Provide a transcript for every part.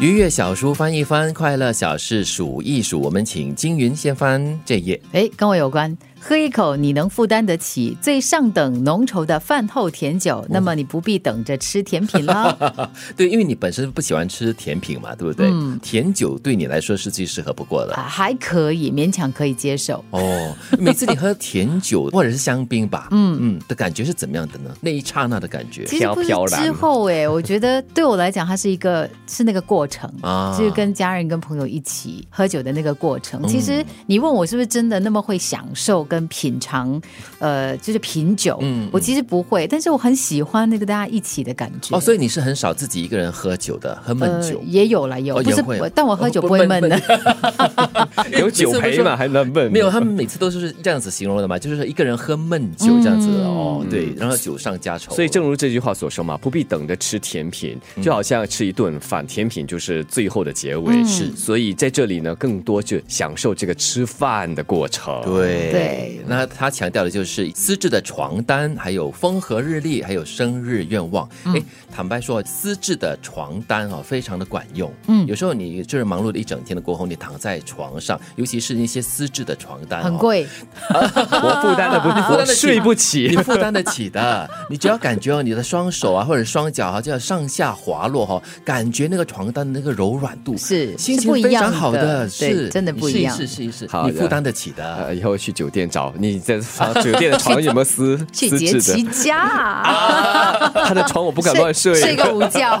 愉悦小书翻一翻，快乐小事数一数。我们请金云先翻这一页。 哎，跟我有关。喝一口你能负担得起最上等浓稠的饭后甜哦酒，那么你不必等着吃甜 品了。对，因为你本身不喜欢吃甜品嘛，对不对？嗯甜酒对你来说是最适合不过的。啊还可以，勉强可以接受。哦，每次你喝甜酒或者是香槟 吧，嗯嗯的感觉是怎么样的呢？那一刹那的感觉其实不是之后哎，我觉得对我来讲，它是一个是那个过程，啊嗯就是跟家人跟朋友一起喝酒的那个过程。其实你问我是不是真的那么会享受跟品尝，呃，就是品酒，嗯嗯我其实不会，但是我很喜欢那个大家一起的感觉。哦，所以你是很少自己一个人喝酒的，喝闷酒。呃、也有了，有、哦不也是会我，但我喝酒不会不闷闷的。 有酒陪嘛，还能呃问？没有，他们每次都是这样子形容的嘛，就是一个人喝闷酒这样子嗯的、哦，对，然后酒上加愁。所以正如这句话所说嘛，不必等着吃甜品，嗯就好像吃一顿饭，甜品就是最后的结嗯尾。是，所以在这里呢，更多就享受这个吃饭的过程。。对对那他强调的就是丝质的床单，还有风和日丽，还有生日愿望。嗯哎、坦白说，丝质的床单啊、非常的管用。嗯，有时候你就是忙碌了一整天的过后，你躺在床上，尤其是那些丝质的床单、哦很。贵，我负担的不， 负我担得起睡不你起。负担得起 的，你只要感觉哦，你的双手啊或者双脚啊，就要上下滑落哈、感觉那个床单的那个柔软度是心是不情一非样常好的对是真的不一样是是是是，好你的负担得起的。 呃，以后去酒店找你在床酒店的床有没 有丝去丝结质其的？家啊， 他的床我不敢 乱睡。睡 个午觉。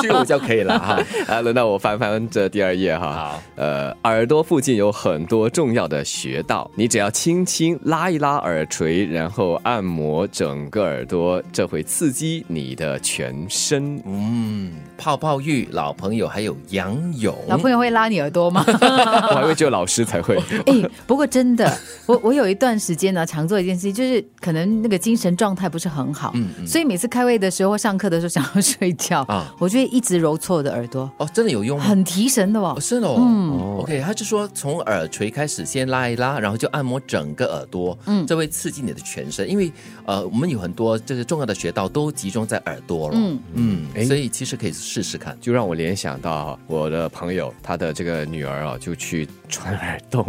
睡个午觉可以了哈。啊，轮到我翻翻这第二页哈。好，呃，耳朵附近有很多重要的穴道，你只要轻轻拉一拉耳垂，然后按摩整个耳朵，这会刺激你的全身。嗯，泡泡浴、老朋友还有杨勇，老朋友会拉你 耳朵吗？我还会只有老师才会。哎、不过真的，我我有一段时间呢，常做一件事情，就是可能那个精神状态不是很好，所以每次开会的时候、上课的时候想要 睡觉，啊我就会一直揉搓我的耳朵，哦，真的有用吗？很提神的哦哦，。是哦。OK，他就说从耳垂开始先拉一拉，然后就按摩整个耳朵，嗯，这会刺激你的全身，因为呃，我们有很多这个重要的穴道都集中在耳朵了，嗯哎所以其实可以试试看。就让我联想到我的朋友，他的这个女儿啊，就去穿耳洞，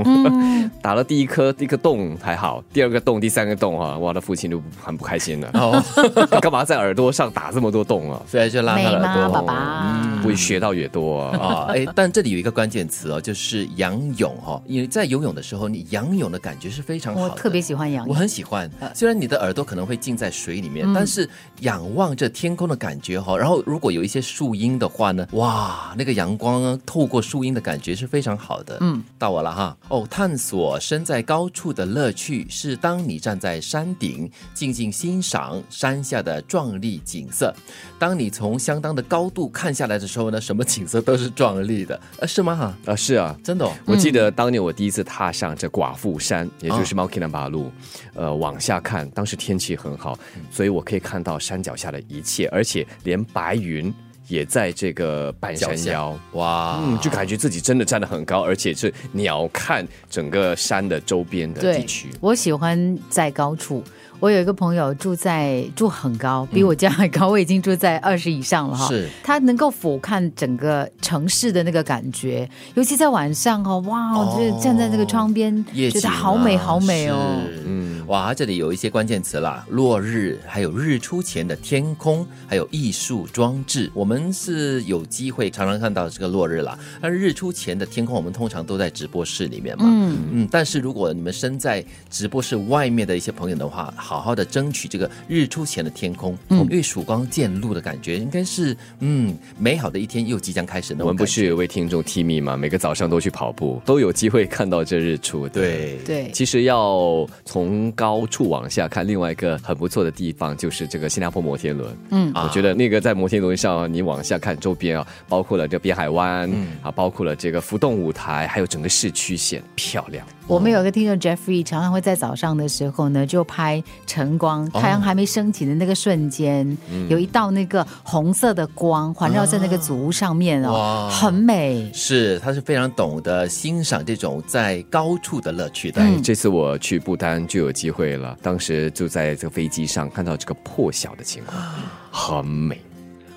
打了第一颗第一个洞还好，第二个洞、第三个洞啊，哇，他父亲就很不开心了。哦， 干嘛在耳朵上打这么多洞啊？所以就拉他美耳吗，朵，爸爸？会学到越多啊。啊，哎，但这里有一个关键词哦，就是仰泳哦。你在游泳的时候，你仰泳的感觉是非常好我的，特别喜欢养我很喜欢。虽然你的耳朵可能会浸在水里面，但是仰望着天空的感觉哈、然后如果有一些树荫的话呢，哇，那个阳光啊透过树荫的感觉是非常好的。嗯，到我了哈。哦，探索身在高处的乐趣是当你站在山顶，静静欣赏山下的壮丽景色。当你从相当的高度看下来的时候呢，什么景色都是壮丽的，呃，是吗？哈，啊，是啊，真的、哦。我记得当年我第一次踏上这寡妇山，也就是哦 m o u n t a i n 八路，呃，往下看，当时天气很好，嗯所以我可以看到山脚下的一切，而且连白云也在这个半山腰。哇，嗯，就感觉自己真的站得很高，而且是鸟瞰整个山的周边的对地区。我喜欢在高处。我有一个朋友住在住很高，比我家还高，我已经住在二十以上了嗯哈。是，他能够俯瞰整个城市的那个感觉，尤其在晚上哦，哇，哦就是站在那个窗边，夜觉景、得啊、好美好美哦。是嗯，哇，这里有一些关键词啦，落日，还有日出前的天空，还有艺术装置。我们是有机会常常看到这个落日啦，但是日出前的天空，我们通常都在直播室里面嘛。嗯嗯，但是如果你们身在直播室外面的一些朋友的话，好好的争取这个日出前的天空，因为曙光渐露的感觉，应该是嗯美好的一天又即将开始那种我们不感觉。是有位听众 Timmy 吗？每个早上都去跑步，都有机会看到这日出的。对对，其实要从高处往下看，另外一个很不错的地方就是这个新加坡摩天轮。嗯我觉得那个在摩天轮上，你往下看周边啊，包括了这滨海湾、啊，包括了这个浮动舞台，还有整个市区线，漂亮。我们有一个听众 Jeffrey，常常会在早上的时候呢，就拍晨光，哦太阳还没升起的那个瞬间，嗯有一道那个红色的光环绕在那个竹上面啊哦，哇很美。是，他是非常懂得欣赏这种在高处的乐趣的。哎，这次我去不丹就有机会了，当时就在这个飞机上看到这个破晓的情况，很美。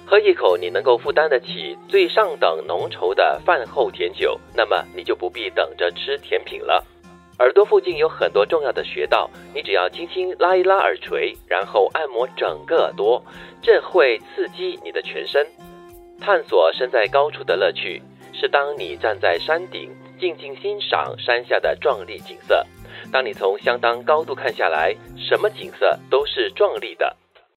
喝一口你能够负担得起最上等浓稠的饭后甜酒，那么你就不必等着吃甜品了。耳朵附近有很多重要的穴道，你只要轻轻拉一拉耳垂，然后按摩整个耳朵，这会刺激你的全身。探索身在高处的乐趣，是当你站在山顶，静静欣赏山下的壮丽景色。当你从相当高度看下来，什么景色都是壮丽的。